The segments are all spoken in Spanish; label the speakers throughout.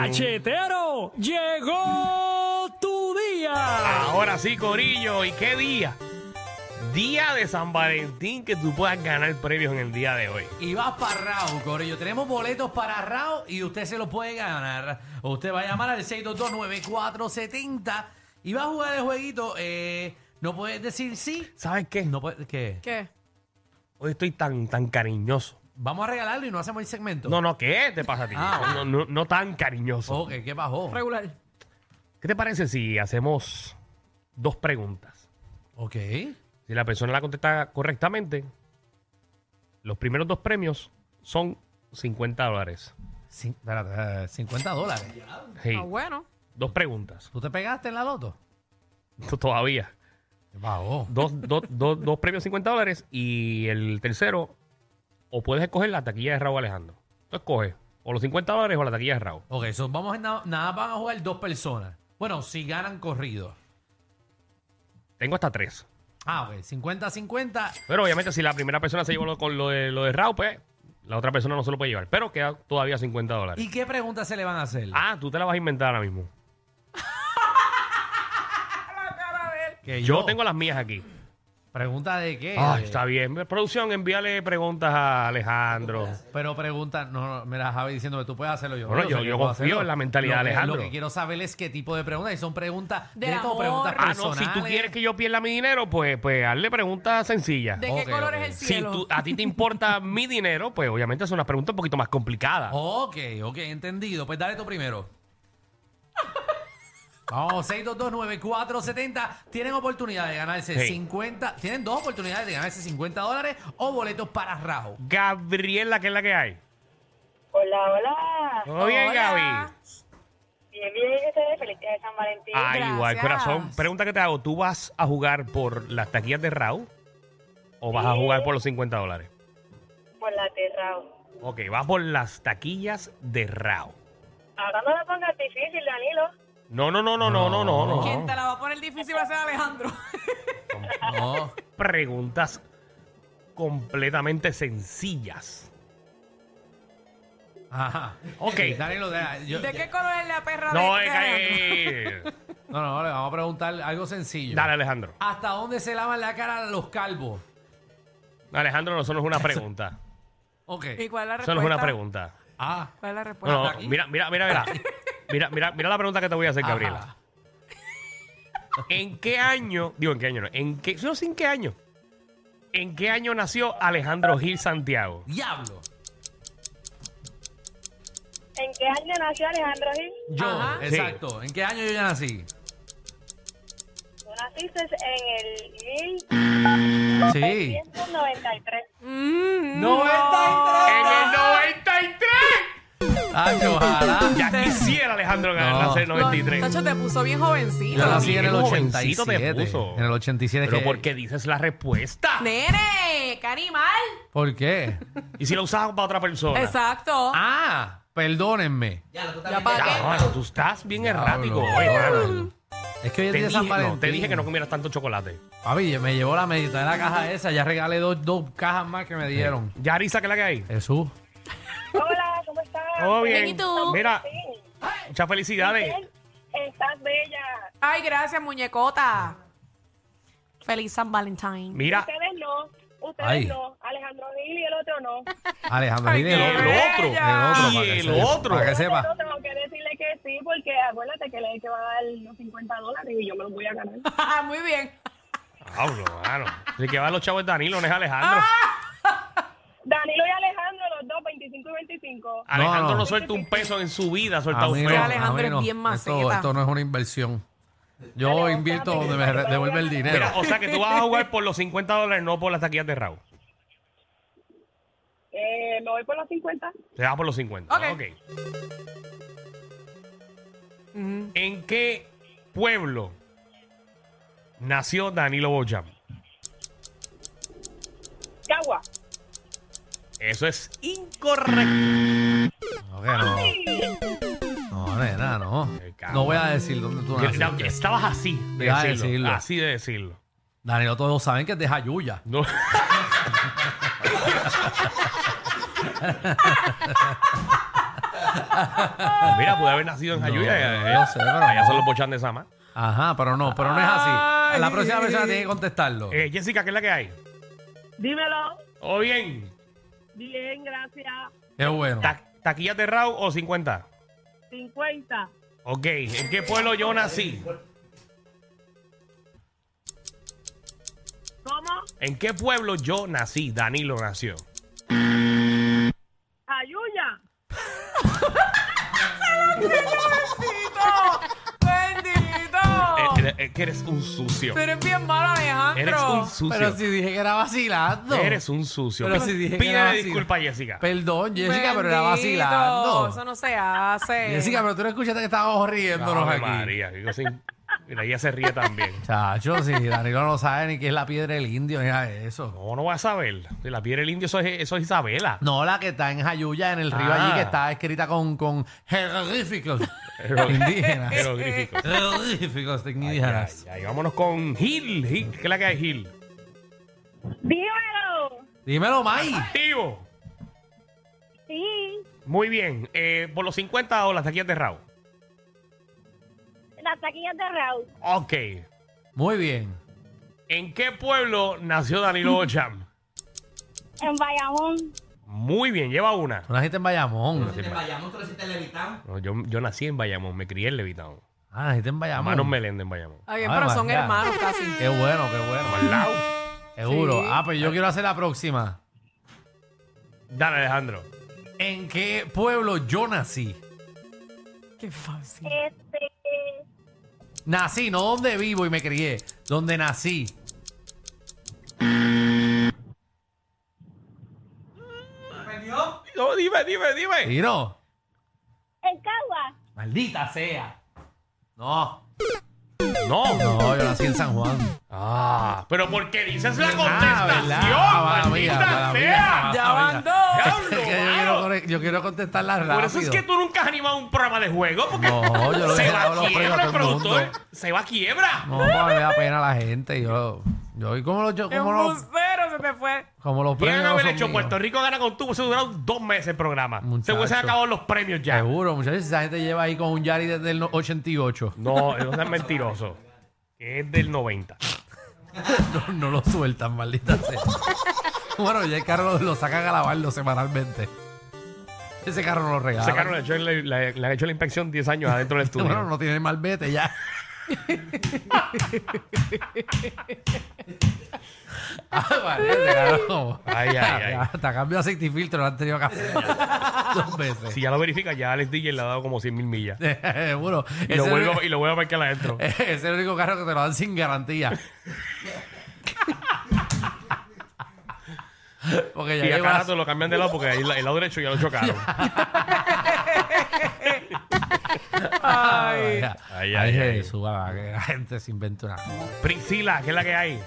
Speaker 1: ¡Cachetero! ¡Llegó tu día!
Speaker 2: Ahora sí, Corillo, ¿y qué día? Día de San Valentín que tú puedas ganar premios en el día de hoy.
Speaker 3: Y vas para Rao, Corillo. Tenemos boletos para Rao y usted se los puede ganar. Usted va a llamar al 6229470 y va a jugar el jueguito. Eh, no puedes decir sí.
Speaker 2: ¿Sabes qué?
Speaker 3: No puedes, ¿Qué?
Speaker 4: ¿Qué?
Speaker 2: Hoy estoy tan, tan cariñoso.
Speaker 3: Vamos a regalarlo y no hacemos el segmento.
Speaker 2: No, no, ¿qué te pasa a ti?
Speaker 3: Ah. Oh.
Speaker 2: no, no, no tan cariñoso.
Speaker 3: Ok, ¿qué bajó?
Speaker 4: Regular.
Speaker 2: ¿Qué te parece si hacemos dos preguntas?
Speaker 3: Ok.
Speaker 2: Si la persona la contesta correctamente, los primeros dos premios son 50 dólares.
Speaker 3: Cin- espérate, espérate, 50 dólares.
Speaker 2: Sí,
Speaker 4: Ah, bueno.
Speaker 2: dos preguntas.
Speaker 3: ¿Tú te pegaste en la loto?
Speaker 2: Todavía.
Speaker 3: ¿Qué bajó?
Speaker 2: dos, dos, dos, dos premios 50 dólares y el tercero, o puedes escoger la taquilla de Raúl Alejandro. Tú escoges o los 50 dólares o la taquilla de Raúl.
Speaker 3: Ok, so vamos a, na- nada más van a jugar dos personas. Bueno, si ganan corrido.
Speaker 2: Tengo hasta tres.
Speaker 3: Ah, ok, 50-50.
Speaker 2: Pero obviamente si la primera persona se llevó lo, con lo de, lo de Raúl, pues la otra persona no se lo puede llevar. Pero queda todavía 50 dólares.
Speaker 3: ¿Y qué preguntas se le van a hacer?
Speaker 2: Ah, tú te la vas a inventar ahora mismo.
Speaker 3: que
Speaker 2: Yo, tengo las mías aquí.
Speaker 3: ¿Pregunta de qué?
Speaker 2: Ay, Ah, está bien. Producción, envíale preguntas a Alejandro.
Speaker 3: Pero pregunta, no, no, mira, Javi diciendo que tú puedes hacerlo yo.
Speaker 2: Bueno, yo-
Speaker 3: sé que
Speaker 2: yo
Speaker 3: puedo
Speaker 2: confío en la mentalidad
Speaker 3: Lo que-
Speaker 2: de Alejandro.
Speaker 3: Lo que quiero saber es qué tipo de preguntas. Y son preguntas
Speaker 4: De
Speaker 3: todo,
Speaker 4: amor.
Speaker 3: preguntas
Speaker 2: Ah,
Speaker 3: personales.
Speaker 2: no, si tú quieres que yo pierda mi dinero, pues, pues hazle preguntas sencillas.
Speaker 4: ¿De
Speaker 3: Ok,
Speaker 4: qué color
Speaker 3: ok.
Speaker 4: es el
Speaker 2: Si
Speaker 4: cielo?
Speaker 2: tú- a ti te importa mi dinero, pues obviamente es una pregunta un poquito más complicada.
Speaker 4: Oh.
Speaker 3: Ok, ok, entendido. Pues dale tú primero. Vamos, 6229470. Tienen oportunidad de ganarse
Speaker 2: Sí.
Speaker 3: 50. Tienen dos oportunidades de ganarse 50 dólares o boletos para Rajo.
Speaker 2: Gabriela, que es la que hay.
Speaker 5: Hola, hola.
Speaker 2: ¿Todo bien,
Speaker 4: Ah, Hola.
Speaker 2: Gaby?
Speaker 5: Bien, bien, y ustedes feliz día de San Valentín.
Speaker 2: Ah,
Speaker 4: Gracias.
Speaker 2: igual, corazón. Pregunta que te hago. ¿Tú vas a jugar por las taquillas de Raúl o vas a jugar por los 50 dólares?
Speaker 5: Por la tierra.
Speaker 2: Ok, vas por las taquillas de Raúl.
Speaker 5: Ahora no la pongas difícil, Danilo.
Speaker 2: No, no, no, no, no, no, no, no.
Speaker 4: ¿Quién te la va a poner difícil va a ser Alejandro?
Speaker 3: No.
Speaker 2: Preguntas completamente sencillas.
Speaker 3: Ajá.
Speaker 2: Ok.
Speaker 3: Dale lo de. yo-
Speaker 4: ¿De qué color es la perra
Speaker 2: No,
Speaker 4: de
Speaker 2: es
Speaker 4: Alejandro?
Speaker 2: que...
Speaker 3: No, no, le vamos a preguntar algo sencillo.
Speaker 2: Dale, Alejandro.
Speaker 3: ¿Hasta dónde se lavan la cara los calvos?
Speaker 2: Alejandro, no, eso no es una pregunta.
Speaker 3: Ok.
Speaker 4: ¿Y cuál es
Speaker 2: Eso
Speaker 4: la respuesta?
Speaker 2: no es una pregunta.
Speaker 3: Ah.
Speaker 4: ¿Cuál es la
Speaker 2: No,
Speaker 4: respuesta?
Speaker 2: no,
Speaker 3: aquí.
Speaker 2: mira, mira, mira, mira. Mira, mira, mira la pregunta que te voy a hacer,
Speaker 3: Ajá.
Speaker 2: Gabriela. ¿En qué año, digo, en qué año no, en qué, no sé en qué año, en qué año nació Alejandro Gil Santiago?
Speaker 3: Diablo.
Speaker 5: ¿En qué año nació Alejandro Gil?
Speaker 3: Yo,
Speaker 4: Ajá.
Speaker 3: exacto. ¿En qué año yo ya nací?
Speaker 5: Tú naciste en el
Speaker 3: Sí.
Speaker 5: 1993.
Speaker 4: Mm,
Speaker 2: ¡En
Speaker 3: 93.
Speaker 2: el 93!
Speaker 3: Ay, ojalá.
Speaker 2: Ya quisiera Alejandro ganar
Speaker 3: No.
Speaker 2: nacer en el
Speaker 4: no.
Speaker 2: 93.
Speaker 4: Tacho, te puso bien
Speaker 3: Yo
Speaker 4: jovencito.
Speaker 2: la-
Speaker 3: nací en el
Speaker 2: Bien jovencito
Speaker 3: 87.
Speaker 2: te puso.
Speaker 3: En el 87.
Speaker 2: Pero
Speaker 3: que-
Speaker 2: ¿por qué dices la respuesta?
Speaker 4: ¡Nene! ¡Qué animal!
Speaker 3: ¿Por qué?
Speaker 2: ¿Y si la usabas para otra persona?
Speaker 4: Exacto.
Speaker 3: Ah, perdónenme.
Speaker 4: ya pagué.
Speaker 2: Ya, mano, tú estás bien errático
Speaker 3: Diablo,
Speaker 2: hoy,
Speaker 3: diablo.
Speaker 2: mano.
Speaker 3: Es que
Speaker 2: Te
Speaker 3: hoy es día de
Speaker 2: dije,
Speaker 3: San
Speaker 2: no,
Speaker 3: Valentín.
Speaker 2: te dije que no comieras tanto chocolate.
Speaker 3: Papi, me llevó la medita de la caja esa. Ya regalé dos, dos cajas más que me dieron.
Speaker 2: Yarisa, ¿qué es la que hay?
Speaker 3: Jesús.
Speaker 5: Hola, ¿cómo estás?
Speaker 2: Todo bien.
Speaker 4: Bien, ¿y tú?
Speaker 2: Mira, eh.
Speaker 5: Sí.
Speaker 2: muchas felicidades.
Speaker 5: Bien, Estás bella.
Speaker 4: Ay, gracias, muñecota. Feliz San Valentín.
Speaker 2: Mira,
Speaker 5: Ustedes no. Ustedes
Speaker 3: Ay.
Speaker 5: no. Alejandro Gil y el otro no.
Speaker 3: Alejandro
Speaker 4: Ay,
Speaker 3: Dinero.
Speaker 4: qué
Speaker 2: el otro.
Speaker 4: bella.
Speaker 2: Y
Speaker 3: otro, para que
Speaker 2: el
Speaker 3: sepa,
Speaker 2: otro.
Speaker 3: Para que
Speaker 5: Yo
Speaker 3: sepa.
Speaker 5: tengo que decirle que sí, porque acuérdate que le dije que va a dar los 50 dólares y yo me los voy a ganar.
Speaker 4: Muy bien.
Speaker 2: Pablo, mano. El que va a los chavos es Danilo, no es Alejandro.
Speaker 5: Danilo y Alejandro, los dos, 25 y 25.
Speaker 2: Alejandro no,
Speaker 3: No, no.
Speaker 2: suelta un peso en su vida,
Speaker 3: A
Speaker 2: suelta
Speaker 3: mí
Speaker 2: un
Speaker 3: no,
Speaker 4: Sí,
Speaker 2: peso.
Speaker 3: a mí
Speaker 4: Alejandro es
Speaker 3: no.
Speaker 4: bien
Speaker 3: Esto,
Speaker 4: maceta.
Speaker 3: esto no es una inversión. Yo
Speaker 5: Dale,
Speaker 3: invierto
Speaker 5: Gonzalo,
Speaker 3: donde me
Speaker 5: que
Speaker 3: re-
Speaker 5: te
Speaker 3: devuelve el
Speaker 5: vaya
Speaker 3: dinero.
Speaker 2: Mira, o sea que tú vas a jugar por los 50 dólares, no por las taquillas de Raúl.
Speaker 5: Eh, me voy por los 50.
Speaker 2: Te vas por los 50.
Speaker 4: Ok.
Speaker 2: ok. ¿En qué pueblo nació Danilo Bocham?
Speaker 5: Cagua.
Speaker 2: Eso es incorrecto.
Speaker 3: No, que no. No, nena, no.
Speaker 2: Qué cabrón.
Speaker 3: No voy a decir dónde tú
Speaker 2: Ya- ya
Speaker 3: naciste.
Speaker 2: Estabas así de
Speaker 3: Ya
Speaker 2: decirlo,
Speaker 3: decirlo.
Speaker 2: Así de decirlo.
Speaker 3: Danilo, todos saben que es de Jayuya.
Speaker 2: No. Mira, pude haber nacido en Jayuya.
Speaker 3: no,
Speaker 2: eh,
Speaker 3: no sé, pero
Speaker 2: Allá
Speaker 3: no.
Speaker 2: son los bochan de Sama.
Speaker 3: Ajá, pero no, pero no es así. La
Speaker 1: Ay.
Speaker 3: próxima persona tiene que contestarlo.
Speaker 2: Eh, Jessica, ¿qué es la que hay?
Speaker 5: Dímelo.
Speaker 2: ¿O bien?
Speaker 5: Bien, gracias.
Speaker 3: Qué bueno.
Speaker 2: Ta- ¿Taquillas de Raw o 50?
Speaker 5: 50.
Speaker 2: Ok, ¿en qué pueblo yo nací?
Speaker 5: ¿Cómo?
Speaker 2: ¿En qué pueblo yo nací? Danilo nació. Eh,
Speaker 5: Ayuya.
Speaker 4: ¡Bendito!
Speaker 2: Eh, eh, eh, que eres un sucio.
Speaker 4: Tú eres bien malo, Alejandro.
Speaker 2: Eres un
Speaker 3: Pero
Speaker 2: sucio.
Speaker 3: si dije que era vacilando.
Speaker 2: Eres un sucio.
Speaker 3: Pero si dije que era
Speaker 2: Pídele
Speaker 3: vacilando.
Speaker 2: disculpas, Jessica.
Speaker 3: Perdón, Jessica, pero era
Speaker 4: Bendito,
Speaker 3: vacilando.
Speaker 4: Eso no se hace.
Speaker 3: Jessica, pero tú no escuchaste que estábamos riéndonos
Speaker 2: Ave
Speaker 3: aquí.
Speaker 2: María, digo, sin- Mira, ella se ríe también.
Speaker 3: Chacho, si Danilo no sabe ni qué es la piedra del indio, ni nada de eso.
Speaker 2: No, no vas a saber. De la piedra del indio, eso es, eso es Isabela.
Speaker 3: No, la que está en Jayuya, en el río
Speaker 2: Ah.
Speaker 3: allí, que está escrita con, con jeroglíficos
Speaker 2: Pero-
Speaker 3: indígenas.
Speaker 2: Jeroglíficos.
Speaker 3: Jeroglíficos
Speaker 2: Ay,
Speaker 3: indígenas.
Speaker 2: ay, ay, vámonos con Gil. Gil, ¿Qué es la que hay, Gil?
Speaker 5: Dímelo.
Speaker 3: Dímelo, May.
Speaker 2: Tío.
Speaker 5: Sí.
Speaker 2: Muy bien. Eh, por los 50 dólares, aquí de Raúl.
Speaker 5: Las taquillas de Raúl.
Speaker 2: Ok.
Speaker 3: Muy bien.
Speaker 2: ¿En qué pueblo nació
Speaker 3: Mm.
Speaker 2: Danilo Bocham?
Speaker 5: En Bayamón.
Speaker 2: Muy bien, lleva una.
Speaker 3: Una gente en Bayamón.
Speaker 2: No, yo, yo nací en Bayamón, me crié en Levitown.
Speaker 3: Ah, una gente en Bayamón.
Speaker 2: Manos Meléndez en Bayamón.
Speaker 4: Ay, bien,
Speaker 3: Ay,
Speaker 4: pero son
Speaker 3: María.
Speaker 4: hermanos casi.
Speaker 3: Qué bueno, qué bueno.
Speaker 2: Al lado.
Speaker 3: Seguro.
Speaker 4: Sí.
Speaker 3: Ah, pues yo quiero hacer la próxima.
Speaker 2: Dale, Alejandro.
Speaker 3: ¿En qué pueblo yo nací?
Speaker 4: Qué fácil.
Speaker 5: Este.
Speaker 3: Nací, no donde vivo y me crié. Donde nací.
Speaker 2: No, dime, dime, dime.
Speaker 3: Tiro.
Speaker 5: En Cagua.
Speaker 3: Maldita sea. No.
Speaker 2: No.
Speaker 3: No, yo nací en San Juan.
Speaker 2: Ah, pero porque dices la
Speaker 3: Ah,
Speaker 2: contestación.
Speaker 3: ¿verdad? Ah, mala mía,
Speaker 2: maldita
Speaker 3: mala mía.
Speaker 2: sea.
Speaker 4: Ya
Speaker 3: Ah,
Speaker 4: van
Speaker 3: mira.
Speaker 4: dos.
Speaker 2: Diablo,
Speaker 3: Es que yo, quiero,
Speaker 2: mano.
Speaker 3: corre- yo quiero contestarla rápido.
Speaker 2: Por eso es que tú nunca has animado un programa de juego, porque
Speaker 3: No, yo lo
Speaker 2: se
Speaker 3: he
Speaker 2: va
Speaker 3: dado
Speaker 2: a
Speaker 3: los premios
Speaker 2: quiebra
Speaker 3: a
Speaker 2: el
Speaker 3: todo el mundo.
Speaker 2: productor. Se va a quiebra.
Speaker 3: No, pa, me da pena la gente. Yo, yo, ¿y cómo lo, yo,
Speaker 4: Qué
Speaker 3: cómo lo,
Speaker 4: embustero se te fue.
Speaker 3: cómo los
Speaker 2: Quieren
Speaker 3: premios no
Speaker 2: haber
Speaker 3: son
Speaker 2: hecho
Speaker 3: míos?
Speaker 2: Puerto Rico gana con tú, se duraron dos meses el programa. Se
Speaker 3: Muchacho.
Speaker 2: hubiesen acabado los premios ya.
Speaker 3: Seguro, muchachos, esa gente lleva ahí con un Yari desde el no- 88.
Speaker 2: No, no seas mentiroso. Que es del 90.
Speaker 3: No, no lo sueltan, maldita sea. bueno, ya el carro lo, lo sacan a lavarlo semanalmente. Ese carro no lo regalan.
Speaker 2: Ese carro le, echó- le- le- le han hecho la inspección 10 años adentro del estudio.
Speaker 3: Bueno, no tiene malvete ya. ah, vale, ese carro.
Speaker 2: Ay, ay, ay.
Speaker 3: Hasta cambio de aceite y filtro lo han tenido que hacer dos veces.
Speaker 2: Si ya lo verifica, ya Alex DJ le ha dado como 100 mil millas.
Speaker 3: Seguro.
Speaker 2: Y
Speaker 3: Ese
Speaker 2: lo,
Speaker 3: es el
Speaker 2: vuelvo,
Speaker 3: único-
Speaker 2: y lo vuelvo a marcar adentro.
Speaker 3: ese es el único carro que te lo dan sin garantía. Porque ya
Speaker 2: Y acá
Speaker 3: llevas...
Speaker 2: rato lo cambian de lado porque ahí la- el lado derecho ya lo chocaron.
Speaker 3: Ay,
Speaker 4: Ay.
Speaker 2: Ay,
Speaker 3: ay,
Speaker 2: ay, ay.
Speaker 3: Jesús, va, que la gente se inventa una...
Speaker 2: Priscila, ¿qué es la que hay?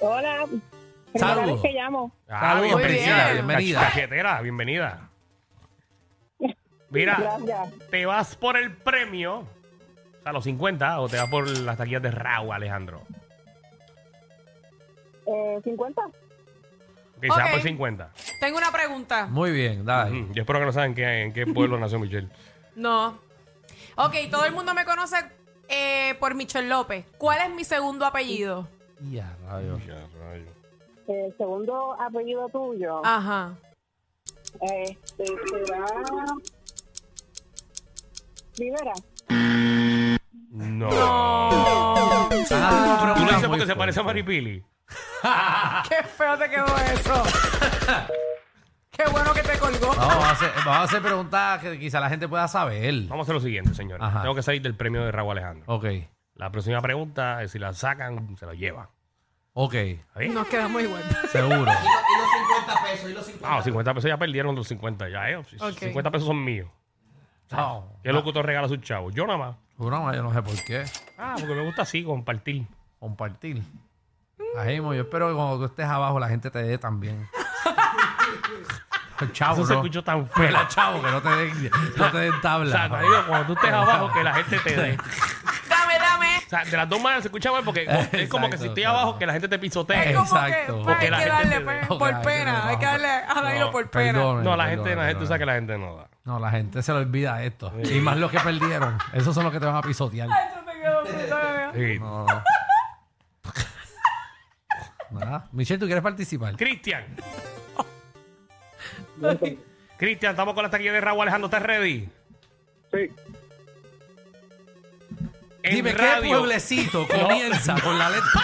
Speaker 5: Hola. Primera
Speaker 3: Saludos.
Speaker 5: vez que llamo.
Speaker 2: Ah,
Speaker 3: Saludos,
Speaker 2: bien, Priscila.
Speaker 4: bien.
Speaker 3: Bienvenida.
Speaker 2: Cach- Cajetera, bienvenida. Mira,
Speaker 5: Gracias.
Speaker 2: te vas por el premio a los 50 o te vas por las taquillas de Raúl, Alejandro.
Speaker 5: Eh, 50.
Speaker 2: Que se va
Speaker 4: Ok.
Speaker 2: por 50.
Speaker 4: Tengo una pregunta.
Speaker 3: Muy bien, dale.
Speaker 2: Mm, Yo espero que no saben qué- en qué pueblo nació Michelle.
Speaker 4: No. Ok, todo el mundo me conoce eh, por Michel López. ¿Cuál es mi segundo apellido?
Speaker 3: Ya, rayos.
Speaker 2: Ya, rayo.
Speaker 5: El segundo apellido tuyo.
Speaker 4: Ajá.
Speaker 5: Este será. Rivera.
Speaker 2: No.
Speaker 3: Están haciendo
Speaker 2: Tú lo
Speaker 3: preguntas
Speaker 2: dices
Speaker 3: muy
Speaker 2: porque se parece a
Speaker 3: fuertes.
Speaker 2: Maripili.
Speaker 4: Qué feo te quedó eso. Qué bueno que te colgó.
Speaker 3: No, vamos a hacer, vamos a hacer preguntas que quizá la gente pueda saber.
Speaker 2: Vamos a hacer lo siguiente, señores.
Speaker 3: Ajá.
Speaker 2: Tengo que salir del premio de Raúl Alejandro.
Speaker 3: Ok,
Speaker 2: La próxima pregunta es si la sacan, se la llevan.
Speaker 3: ok,
Speaker 2: ¿Está bien?
Speaker 4: Nos quedamos igual.
Speaker 3: seguro.
Speaker 6: y los 50 pesos, y los 50
Speaker 2: Ah, 50 pesos ya perdieron los 50. Ya, eh,
Speaker 4: Ok.
Speaker 2: 50 pesos son míos.
Speaker 3: No,
Speaker 2: ¿Qué locutor regala a sus chavos? Yo nada más.
Speaker 3: seguro, ma, yo no sé por qué.
Speaker 2: Ah, porque me gusta así, compartir.
Speaker 3: Compartir. Ajimo, yo espero que cuando tú estés abajo la gente te dé también.
Speaker 2: Eso
Speaker 3: Chavo,
Speaker 2: se
Speaker 3: no.
Speaker 2: escuchó tan feo.
Speaker 3: Pela, chavo, que no te den, no te den
Speaker 2: O
Speaker 3: tabla.
Speaker 2: sea, te digo, cuando tú estés abajo, que la gente te dé.
Speaker 4: Dame, dame.
Speaker 2: O sea, de las dos maneras se escucha mal porque es como que si
Speaker 3: Exacto,
Speaker 2: estoy
Speaker 3: exacto.
Speaker 2: abajo, que la gente te pisotee.
Speaker 4: Es como que
Speaker 3: Exacto.
Speaker 4: pues, hay
Speaker 2: Porque la
Speaker 4: que
Speaker 2: gente
Speaker 4: darle
Speaker 2: te ve.
Speaker 4: pues, por
Speaker 3: Ok,
Speaker 4: pena. Hay que darle a Danilo por pena.
Speaker 3: Perdón,
Speaker 2: No, la
Speaker 3: perdón,
Speaker 2: gente, la
Speaker 3: perdón.
Speaker 2: gente, tú sabes que la gente no da.
Speaker 3: No, la gente se le olvida esto. Y más los que perdieron. Esos son los que te van a pisotear.
Speaker 4: Yo te quedo brutal.
Speaker 2: Sí.
Speaker 3: No, no. Nada. Michelle, ¿tú quieres participar?
Speaker 2: Cristian. Cristian, estamos con la taquilla de Raúl Alejandro. ¿Estás ready?
Speaker 7: Sí.
Speaker 2: En
Speaker 3: Dime, ¿qué
Speaker 2: radio,
Speaker 3: pueblecito comienza con la letra?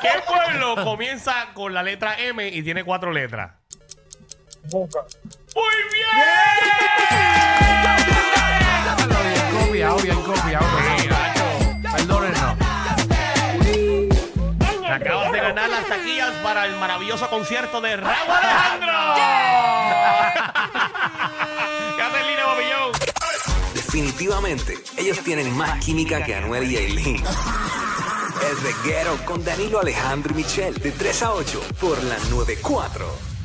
Speaker 2: ¿Qué pueblo comienza con la letra M y tiene cuatro letras?
Speaker 7: Boca.
Speaker 2: ¡Muy bien!
Speaker 3: bien copiado, bien copiado.
Speaker 2: Sí, gacho.
Speaker 3: Perdónenos.
Speaker 2: Acabas de ganar las taquillas para el maravilloso concierto de Raúl Alejandro. Quédate en línea, papillón.
Speaker 8: Definitivamente, ellos tienen más química que Anuel y Aileen. El reguero con Danilo Alejandro y Michel, de 3 a 8, por la 94.